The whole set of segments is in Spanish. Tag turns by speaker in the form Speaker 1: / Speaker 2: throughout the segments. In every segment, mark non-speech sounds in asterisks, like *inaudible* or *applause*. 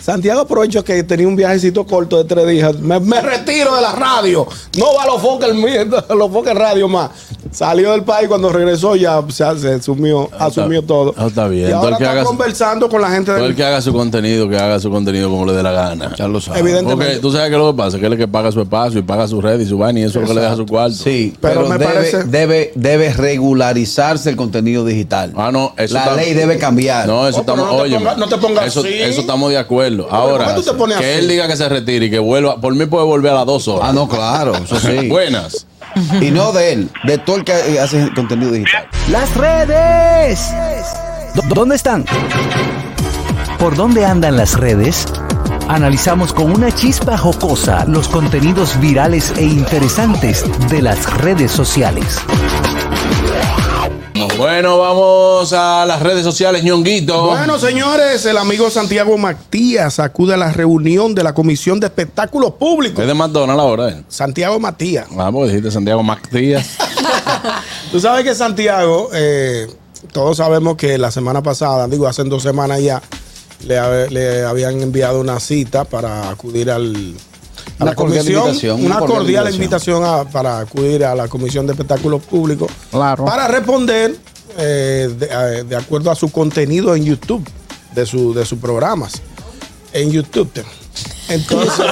Speaker 1: Santiago aprovecho que tenía un viajecito corto de tres días. Me, me retiro de la radio. No va *laughs* a los foques los foques radio más. Salió del país cuando regresó ya se, se asumió,
Speaker 2: Ah, está-
Speaker 1: asumió todo.
Speaker 2: ah, está bien.
Speaker 1: Y
Speaker 2: Todo
Speaker 1: ahora
Speaker 2: el que
Speaker 1: está
Speaker 2: haga su-
Speaker 1: conversando con la gente
Speaker 2: Todo
Speaker 1: del
Speaker 2: el que haga su contenido, que haga su contenido como le dé la gana.
Speaker 3: Ya lo sabes.
Speaker 1: Evidentemente.
Speaker 2: Porque tú sabes que lo que pasa, que él es el que paga su espacio y paga su red y su vaina y eso es lo que le deja su cuarto.
Speaker 3: Sí,
Speaker 1: Pero
Speaker 3: pero,
Speaker 1: me
Speaker 3: debe,
Speaker 1: parece-
Speaker 3: debe, debe regularizarse el contenido digital.
Speaker 2: Ah, no, eso
Speaker 3: la
Speaker 2: está-
Speaker 3: ley debe cambiar.
Speaker 2: No, eso
Speaker 1: Oh, pero
Speaker 2: estamos.
Speaker 1: no te
Speaker 2: óyeme,
Speaker 1: pongas- no te pongas
Speaker 2: eso,
Speaker 1: así.
Speaker 2: eso estamos de acuerdo. Ahora,
Speaker 1: ¿por qué tú te pones
Speaker 2: que
Speaker 1: así?
Speaker 2: él diga que se retire y que vuelva. Por mí puede volver a las dos horas. *laughs*
Speaker 3: Ah, no, claro, eso sí.
Speaker 2: Buenas.
Speaker 3: Y no de él, de todo el que eh, hace contenido digital.
Speaker 4: Las redes. ¿Dó- ¿Dónde están? ¿Por dónde andan las redes? Analizamos con una chispa jocosa los contenidos virales e interesantes de las redes sociales.
Speaker 2: Bueno, vamos a las redes sociales, ñonguito.
Speaker 1: Bueno, señores, el amigo Santiago Matías acude a la reunión de la Comisión de Espectáculos Públicos.
Speaker 2: es de McDonald's ahora, ¿eh?
Speaker 1: Santiago Matías.
Speaker 2: Ah, porque dijiste Santiago
Speaker 1: *laughs*
Speaker 2: Matías.
Speaker 1: Tú sabes que Santiago, eh, todos sabemos que la semana pasada, digo, hace dos semanas ya, le, habe- le habían enviado una cita para acudir al. a
Speaker 3: Una cordial invitación,
Speaker 1: una,
Speaker 3: una cordial
Speaker 1: cordial invitación,
Speaker 3: invitación.
Speaker 1: a- para acudir a la Comisión de Espectáculos Públicos
Speaker 2: Claro.
Speaker 1: para responder eh, de, eh, de acuerdo a su contenido en YouTube, de, su, de sus programas en YouTube.
Speaker 3: *laughs*
Speaker 1: Entonces,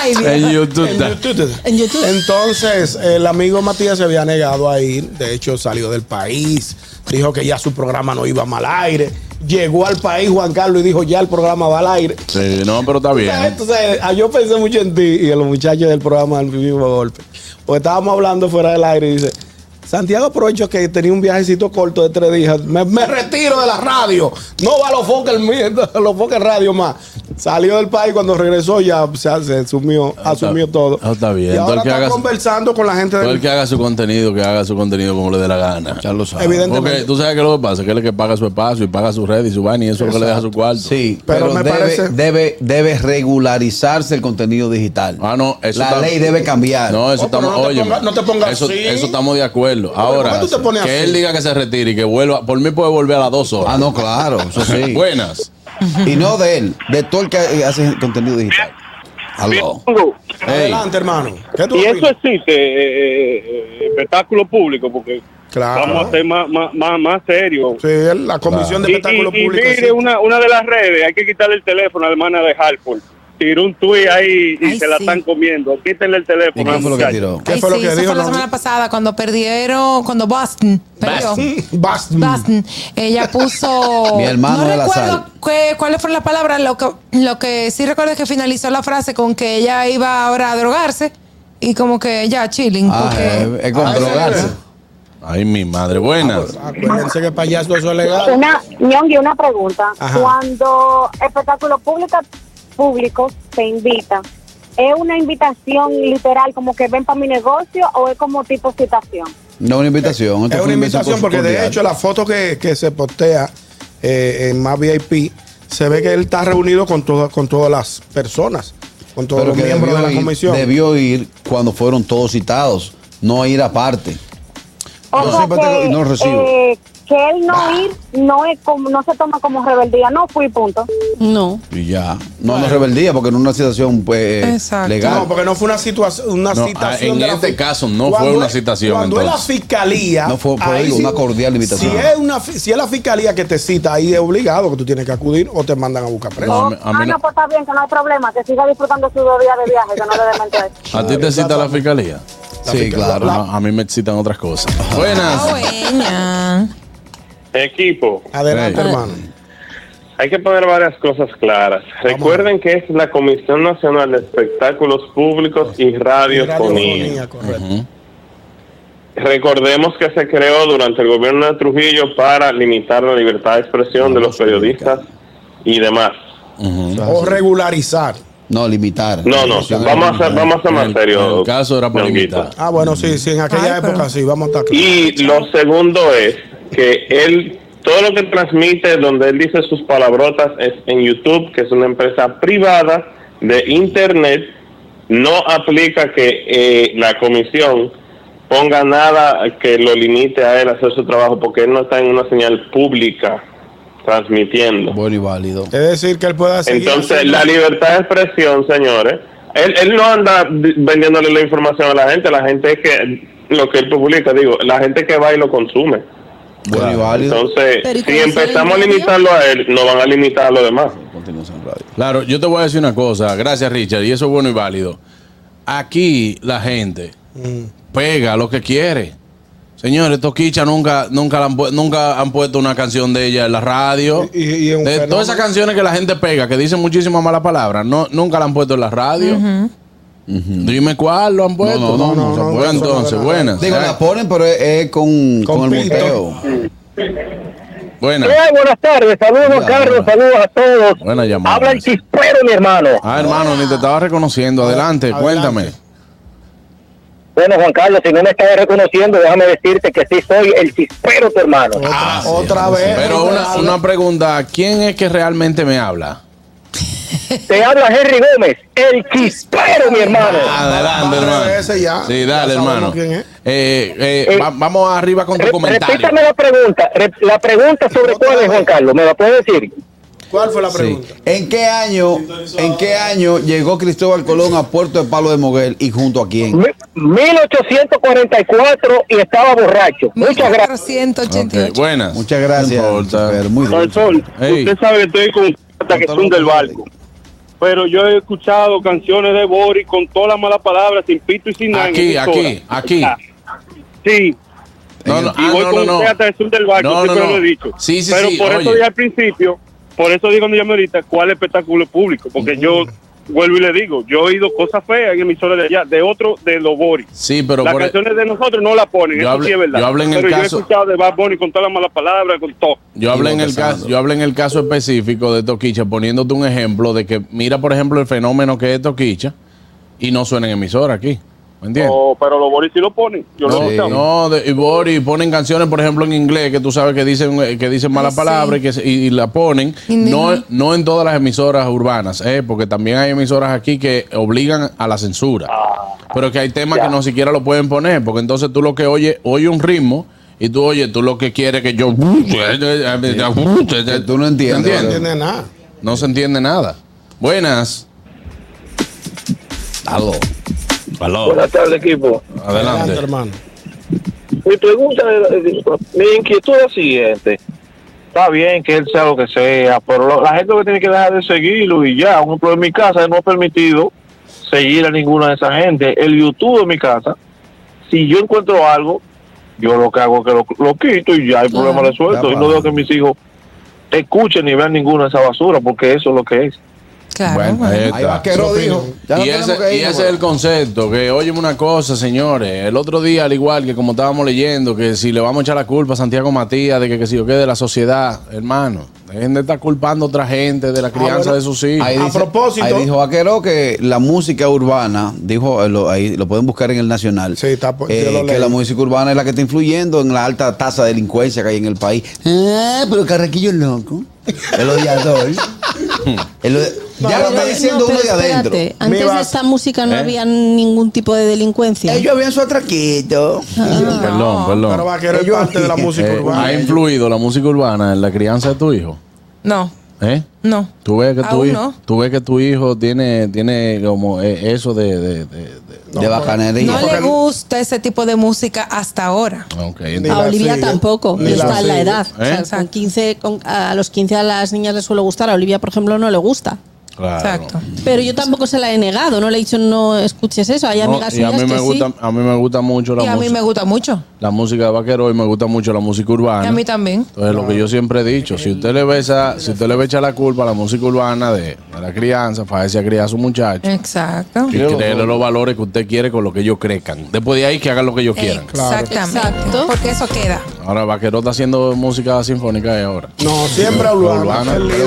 Speaker 5: Ay,
Speaker 2: en
Speaker 5: bien.
Speaker 2: YouTube.
Speaker 1: en
Speaker 2: está.
Speaker 1: YouTube.
Speaker 5: En YouTube.
Speaker 1: Entonces, el amigo Matías se había negado a ir. De hecho, salió del país. Dijo que ya su programa no iba mal aire. Llegó al país Juan Carlos y dijo ya el programa va al aire.
Speaker 2: Sí, no, pero está bien.
Speaker 1: Entonces, ah, yo pensé mucho en ti y en los muchachos del programa del mismo golpe. Porque estábamos hablando fuera del aire y dice, Santiago aprovecho que tenía un viajecito corto de tres días. Me, me retiro de la radio. No va *laughs* a los foques los Fokker radio más. Salió del país cuando regresó ya se, se sumió,
Speaker 2: Ah, está-
Speaker 1: asumió todo.
Speaker 2: ah, está bien.
Speaker 1: Y
Speaker 2: Todo
Speaker 1: ahora
Speaker 2: el que
Speaker 1: está
Speaker 2: haga-
Speaker 1: conversando con la gente
Speaker 2: Todo el
Speaker 1: del
Speaker 2: Pues que haga su contenido, que haga su contenido como le dé la gana.
Speaker 3: Ya lo sabes.
Speaker 1: Evidentemente.
Speaker 2: Porque tú sabes que lo que pasa, que él es el que paga su espacio y paga su red y su vaina y eso es lo que le deja su cuarto.
Speaker 3: Sí,
Speaker 1: Pero
Speaker 3: pero,
Speaker 1: me
Speaker 3: debe,
Speaker 1: parece-
Speaker 3: debe, debe regularizarse el contenido digital.
Speaker 2: Ah, no, eso
Speaker 3: la
Speaker 2: está-
Speaker 3: ley debe cambiar.
Speaker 2: No, eso
Speaker 1: Oh, pero
Speaker 2: estamos.
Speaker 1: no te
Speaker 2: óyeme,
Speaker 1: pongas- no te pongas
Speaker 2: eso,
Speaker 1: así.
Speaker 2: eso estamos de acuerdo. Ahora,
Speaker 1: ¿por qué tú te pones
Speaker 2: que
Speaker 1: así?
Speaker 2: él diga que se retire y que vuelva. Por mí puede volver a las dos horas.
Speaker 3: Ah, no, claro,
Speaker 2: *laughs*
Speaker 3: eso sí.
Speaker 2: Buenas.
Speaker 3: Y no de él, de todo el que eh, hace contenido digital. Aló.
Speaker 2: Ey,
Speaker 1: Adelante, hermano. ¿Qué tú
Speaker 6: Y eso
Speaker 1: opinas?
Speaker 6: existe, eh, eh, eh, espectáculo público, porque
Speaker 1: Claro.
Speaker 6: vamos a ser más, más, más, más serios.
Speaker 1: Sí, él- la comisión de
Speaker 6: Y,
Speaker 1: espectáculos
Speaker 6: Ah. y- y
Speaker 1: públicos.
Speaker 6: mire,
Speaker 1: sí.
Speaker 6: una, una de las redes, hay que quitarle el teléfono a la hermana de Hartford. Tiró un tuit ahí y
Speaker 5: Ay,
Speaker 6: se la
Speaker 5: sí.
Speaker 6: están comiendo. Quítenle el
Speaker 3: ¿Y
Speaker 6: teléfono.
Speaker 3: qué fue
Speaker 6: al
Speaker 3: lo que
Speaker 6: muchacho.
Speaker 3: tiró?
Speaker 1: ¿Qué
Speaker 5: Ay,
Speaker 1: fue lo
Speaker 5: sí,
Speaker 1: que
Speaker 5: eso
Speaker 1: dijo?
Speaker 5: fue la
Speaker 1: No,
Speaker 5: semana pasada cuando perdieron, cuando Boston perdió.
Speaker 6: *laughs*
Speaker 1: Basta.
Speaker 5: Boston, ella puso.
Speaker 3: *laughs* Mi hermano
Speaker 5: no
Speaker 3: de la
Speaker 5: recuerdo
Speaker 3: sal.
Speaker 5: qué- cuáles fueron las palabras. Lo que, lo que sí recuerdo es que finalizó la frase con que ella iba ahora a drogarse y como que ya chilling.
Speaker 3: Ah,
Speaker 5: porque-
Speaker 3: eh, es como
Speaker 1: Ah,
Speaker 3: drogarse.
Speaker 1: sí.
Speaker 2: Ay, mi madre. Buenas.
Speaker 3: Ah,
Speaker 1: Acuérdense que payaso eso es legal.
Speaker 7: Una, Ñongui, una pregunta.
Speaker 1: Ajá.
Speaker 7: Cuando espectáculos públicos públicos te invita, ¿es una invitación literal como que ven para mi negocio o es como tipo citación?
Speaker 3: No, una invitación. esto
Speaker 1: Es
Speaker 3: fue
Speaker 1: una invitación porque de
Speaker 3: cordial.
Speaker 1: hecho la foto que, que se postea eh, en más VIP se ve que él está reunido con, todo- con todas las personas, con todos
Speaker 3: Pero
Speaker 1: los
Speaker 3: que
Speaker 1: miembros de
Speaker 3: debió
Speaker 1: la
Speaker 3: ir-
Speaker 1: comisión.
Speaker 3: Debió ir cuando fueron todos citados, no ir aparte.
Speaker 7: O
Speaker 3: No,
Speaker 7: sea
Speaker 3: siempre tengo-
Speaker 7: que,
Speaker 3: no recibo.
Speaker 7: eh, que él no ir no es como, no se toma como rebeldía, no fui punto.
Speaker 5: No.
Speaker 3: Y ya. No, no rebeldía porque no es una situación pues,
Speaker 5: Exacto.
Speaker 3: legal.
Speaker 1: No, porque no fue una situación, una
Speaker 2: No,
Speaker 1: citación.
Speaker 2: en
Speaker 1: de la
Speaker 2: este
Speaker 1: fi-
Speaker 2: caso no fue una citación,
Speaker 1: Cuando es
Speaker 2: entonces.
Speaker 1: la fiscalía.
Speaker 3: No fue- fue
Speaker 1: ahí
Speaker 3: una cordial invitación.
Speaker 1: Si es, una, fi- si es la fiscalía que te cita, ahí es obligado que tú tienes que acudir o te mandan a buscar preso.
Speaker 2: No, a
Speaker 7: O,
Speaker 2: mí- a
Speaker 7: ah,
Speaker 2: mí no-
Speaker 7: no, pues está bien, que no hay problema, que siga disfrutando su dos días de viaje, que no le dé mente a eso.
Speaker 2: ¿A ti te cita la fiscalía?
Speaker 3: sí, claro.
Speaker 2: No, a mí me citan otras cosas.
Speaker 5: Ah,
Speaker 2: Buenas.
Speaker 5: Buena.
Speaker 6: Equipo,
Speaker 1: Adelante,
Speaker 2: Ey.
Speaker 1: hermano.
Speaker 6: hay que poner varias cosas claras. Recuerden que es la Comisión Nacional de Espectáculos Públicos y Radiofonía.
Speaker 1: Radiofonía, correcto.
Speaker 6: Recordemos que se creó durante el gobierno de Trujillo para limitar la libertad de expresión de los periodistas y demás.
Speaker 1: O regularizar.
Speaker 3: No, limitar.
Speaker 6: No, no, vamos a ser, vamos a ser más
Speaker 2: El-
Speaker 6: serios.
Speaker 2: el caso era por
Speaker 6: Ñonguito.
Speaker 2: limitar.
Speaker 1: Ah, bueno, sí, sí, en aquella
Speaker 5: Ay, pero-
Speaker 1: época sí, vamos a estar claros.
Speaker 6: Y lo segundo es que él, todo lo que transmite, donde él dice sus palabrotas, es en YouTube, que es una empresa privada de Internet. No aplica que eh, la comisión ponga nada que lo limite a él a hacer su trabajo, porque él no está en una señal pública. transmitiendo.
Speaker 3: Bueno y válido.
Speaker 1: Es decir, que él puede hacer.
Speaker 6: Entonces, la libertad de expresión, señores, él, él no anda di- vendiéndole la información a la gente, la gente es que, lo que él publica, digo, la gente que va y lo consume.
Speaker 3: Bueno y válido.
Speaker 6: Entonces,
Speaker 8: Pero ¿y
Speaker 6: si
Speaker 8: cómo sale
Speaker 6: empezamos a
Speaker 8: el medio?
Speaker 6: limitarlo a él, no van a limitar a los demás.
Speaker 3: Continuamos en radio.
Speaker 2: Claro, yo te voy a decir una cosa, gracias Richard, y eso es bueno y válido. Aquí la gente
Speaker 1: Mm.
Speaker 2: pega lo que quiere. Señores, Toquicha nunca, nunca, la han, pu- nunca han puesto una canción de ella en la radio.
Speaker 1: Y- y- y un
Speaker 2: de
Speaker 1: fenómeno.
Speaker 2: todas esas canciones que la gente pega, que dicen muchísimas malas palabras, no, nunca la han puesto en la radio. Dime cuál lo han puesto.
Speaker 3: no, no, no,
Speaker 1: no,
Speaker 2: Bueno,
Speaker 1: eso no
Speaker 2: entonces,
Speaker 1: era.
Speaker 2: buenas.
Speaker 3: Digo, la ponen, pero es, es con,
Speaker 1: Con
Speaker 3: con, el
Speaker 1: pito.
Speaker 3: muteo.
Speaker 2: Buenas.
Speaker 9: Eh, buenas tardes, saludos
Speaker 2: Ya, buena.
Speaker 9: Carlos, saludos a todos.
Speaker 2: Buena llamada.
Speaker 9: Habla el chispero, mi hermano.
Speaker 2: Ah, hermano, ni te estaba reconociendo. Adelante,
Speaker 1: Adelante.
Speaker 2: cuéntame.
Speaker 9: Bueno, Juan Carlos, si no me estás reconociendo, déjame decirte que sí soy el chispero, tu hermano.
Speaker 1: Otra,
Speaker 2: Ah, sí,
Speaker 1: otra vez.
Speaker 2: Pero una,
Speaker 1: eh,
Speaker 2: una pregunta, ¿quién es que realmente me habla?
Speaker 9: Te habla Henry Gómez, el chispero, mi hermano.
Speaker 2: Adelante,
Speaker 1: Vamos a
Speaker 2: hermano.
Speaker 1: ese ya.
Speaker 2: Sí,
Speaker 1: Ya
Speaker 2: dale,
Speaker 1: sabemos
Speaker 2: hermano.
Speaker 1: quién es.
Speaker 2: Eh, eh, va- vamos arriba con
Speaker 10: eh,
Speaker 2: tu
Speaker 9: Re-
Speaker 2: comentario.
Speaker 9: repítame la pregunta, rep- la pregunta sobre
Speaker 1: Otra
Speaker 9: cuál es,
Speaker 1: vez.
Speaker 9: Juan Carlos, ¿me la puedes decir?
Speaker 1: ¿Cuál fue la
Speaker 3: Sí.
Speaker 1: pregunta?
Speaker 3: ¿En qué año, en qué año llegó Cristóbal Colón a Puerto de Palo de Moguel y junto a quién?
Speaker 9: Mi- 1844 y estaba borracho. Muchas gracias.
Speaker 5: 488.
Speaker 2: Ok, buenas.
Speaker 3: Muchas gracias.
Speaker 2: No importa.
Speaker 3: Lucifer, muy bien.
Speaker 2: Ey.
Speaker 10: usted sabe que estoy con hasta que
Speaker 3: Con todo
Speaker 10: son del
Speaker 3: lo que
Speaker 10: barco. Pero yo he escuchado canciones de Boris con todas las malas palabras, sin pito y sin nada. en
Speaker 2: Aquí,
Speaker 10: emisora.
Speaker 2: aquí, aquí.
Speaker 10: Ah, Sí,
Speaker 2: No, no,
Speaker 10: y
Speaker 2: ah,
Speaker 10: voy
Speaker 2: no,
Speaker 10: con
Speaker 2: no, no.
Speaker 10: usted hasta el sur del barco,
Speaker 2: No,
Speaker 10: siempre
Speaker 2: no, no.
Speaker 10: lo he dicho.
Speaker 2: Sí, sí,
Speaker 10: Pero
Speaker 2: sí,
Speaker 10: por eso
Speaker 2: oye.
Speaker 10: dije al principio, por eso digo cuando yo me ahorita, ¿cuál espectáculo público? Porque yo vuelvo y le digo, yo he oído cosas feas en emisoras de allá, de otro de los Boris.
Speaker 2: Sí, pero
Speaker 10: Las
Speaker 2: por- e-
Speaker 10: canciones de nosotros no las ponen,
Speaker 2: Yo
Speaker 10: eso
Speaker 2: hablé-
Speaker 10: sí es verdad.
Speaker 2: yo hablé en el
Speaker 10: Pero
Speaker 2: caso-
Speaker 10: yo he escuchado de Bad Bunny con todas las malas palabras, con todo.
Speaker 2: yo hablé en el
Speaker 3: Equivocando.
Speaker 2: caso, yo hablé en el caso específico de Toquicha, poniéndote un ejemplo de que mira, por ejemplo, el fenómeno que es Toquicha y no suena en emisora aquí. ¿Me entiendes?
Speaker 10: Oh, pero los Boris sí lo ponen. Yo lo he
Speaker 2: No,
Speaker 10: escuchado.
Speaker 2: no, de- y Boris ponen canciones, por ejemplo, en inglés, que tú sabes que dicen eh, que dicen malas
Speaker 5: sí.
Speaker 2: palabras y, que, se- y- y la ponen.
Speaker 5: Y
Speaker 2: No,
Speaker 5: no.
Speaker 2: no en todas las emisoras urbanas, eh, porque también hay emisoras aquí que obligan a la censura. pero que hay temas que no siquiera lo pueden poner, porque entonces tú lo que oyes, oye un ritmo. Y tú, oye, tú lo que quieres que yo... *laughs*
Speaker 3: tú no entiendes,
Speaker 2: ¿Me
Speaker 1: No entiende nada.
Speaker 2: No se entiende nada. Buenas. Aló. Aló.
Speaker 9: Buenas tardes, equipo.
Speaker 1: Adelante,
Speaker 2: Adelante.
Speaker 1: hermano.
Speaker 9: Mi pregunta, eh, mi inquietud es la siguiente. Está bien que él sea lo que sea, pero lo- la gente lo que tiene que dejar de seguirlo y ya. Por ejemplo, en mi casa no he permitido seguir a ninguna de esa gente. El YouTube de mi casa, si yo encuentro algo, yo lo que hago es que lo, lo quito y ya el problema resuelto.
Speaker 3: Ya
Speaker 9: Y no
Speaker 3: va.
Speaker 9: dejo que mis hijos escuchen ni vean ninguna de esa basura, porque eso es lo que es.
Speaker 5: Claro.
Speaker 2: Bueno,
Speaker 5: bueno.
Speaker 2: ahí
Speaker 3: Ahí
Speaker 2: está.
Speaker 3: va que lo dijo. Ya no
Speaker 2: y
Speaker 3: tenemos
Speaker 2: ese,
Speaker 3: que
Speaker 2: y
Speaker 3: irnos,
Speaker 2: ese es el concepto, que óyeme una cosa, señores. El otro día, al igual que como estábamos leyendo, que si le vamos a echar la culpa a Santiago Matías de que, que si yo quede de la sociedad, hermano, dejen de estar culpando a otra gente
Speaker 3: Ah,
Speaker 2: de la crianza
Speaker 1: bueno.
Speaker 2: de sus hijos.
Speaker 3: Ahí
Speaker 1: A propósito-
Speaker 3: ahí dijo Vaquero que la música urbana, dijo, eh, lo, ahí lo pueden buscar en el Nacional,
Speaker 1: Sí, está po- yo
Speaker 3: eh,
Speaker 1: lo leí.
Speaker 3: que la música urbana es la que está influyendo en la alta tasa de delincuencia que hay en el país. Ah, pero Carraquillo es loco, el odiador. El odi- ya lo está diciendo
Speaker 8: No,
Speaker 3: uno de
Speaker 8: pero
Speaker 3: adentro. ¿Eh?
Speaker 8: espérate, Antes
Speaker 1: Mi
Speaker 8: de
Speaker 1: va-
Speaker 8: esta música no había ningún tipo de delincuencia.
Speaker 3: Ellos habían su atraquito.
Speaker 2: Ah,
Speaker 3: Ah,
Speaker 2: Perdón, perdón.
Speaker 1: Pero vaquero es
Speaker 3: Ellos-
Speaker 1: parte de la música
Speaker 2: Eh, ¿Ha
Speaker 1: urbana.
Speaker 2: influido la música urbana en la crianza de tu hijo?
Speaker 5: No,
Speaker 2: ¿Eh?
Speaker 5: no.
Speaker 2: ¿Tú ves que tu,
Speaker 5: Aún
Speaker 2: hijo,
Speaker 5: no.
Speaker 2: tú ves que tu hijo tiene, tiene como eh, eso de... de- de- de-
Speaker 3: de bacanería.
Speaker 5: No le gusta ese tipo de música hasta ahora.
Speaker 2: Ok, entonces-
Speaker 1: Ni
Speaker 8: A
Speaker 1: la
Speaker 8: Olivia
Speaker 1: sigue,
Speaker 8: tampoco,
Speaker 1: ni
Speaker 8: y está
Speaker 1: la
Speaker 8: en la
Speaker 1: sigue.
Speaker 8: edad. O sea,
Speaker 2: ¿Eh?
Speaker 8: con 15, con- a los 15 a las niñas les suele gustar, a Olivia, por ejemplo, no le gusta.
Speaker 2: claro.
Speaker 5: Exacto.
Speaker 8: Pero yo tampoco se la he negado, no le he dicho no escuches eso. Hay
Speaker 2: No,
Speaker 8: amigas
Speaker 2: y a
Speaker 8: mías
Speaker 2: mí,
Speaker 8: que
Speaker 2: me gusta,
Speaker 8: sí.
Speaker 2: a mí me gusta mucho la
Speaker 5: Y a mí
Speaker 2: música.
Speaker 5: me gusta mucho.
Speaker 2: la música de vaquero y me gusta mucho la música urbana.
Speaker 5: Y a mí también.
Speaker 2: Entonces, lo que yo siempre he dicho, si usted le besa, si usted le echa la culpa a la música urbana de, de la crianza, fájese a criar a su muchacho.
Speaker 5: Eh. Exacto.
Speaker 2: Y créele los valores que usted quiere con lo que ellos crezcan. Después de ahí que hagan lo que
Speaker 5: Eh,
Speaker 2: ellos quieran.
Speaker 5: Exactamente.
Speaker 8: Exacto.
Speaker 5: Porque eso queda.
Speaker 2: Ahora Vaquero está haciendo música sinfónica de ahora.
Speaker 1: No, siempre
Speaker 2: Urbana,
Speaker 1: urbana. El líder.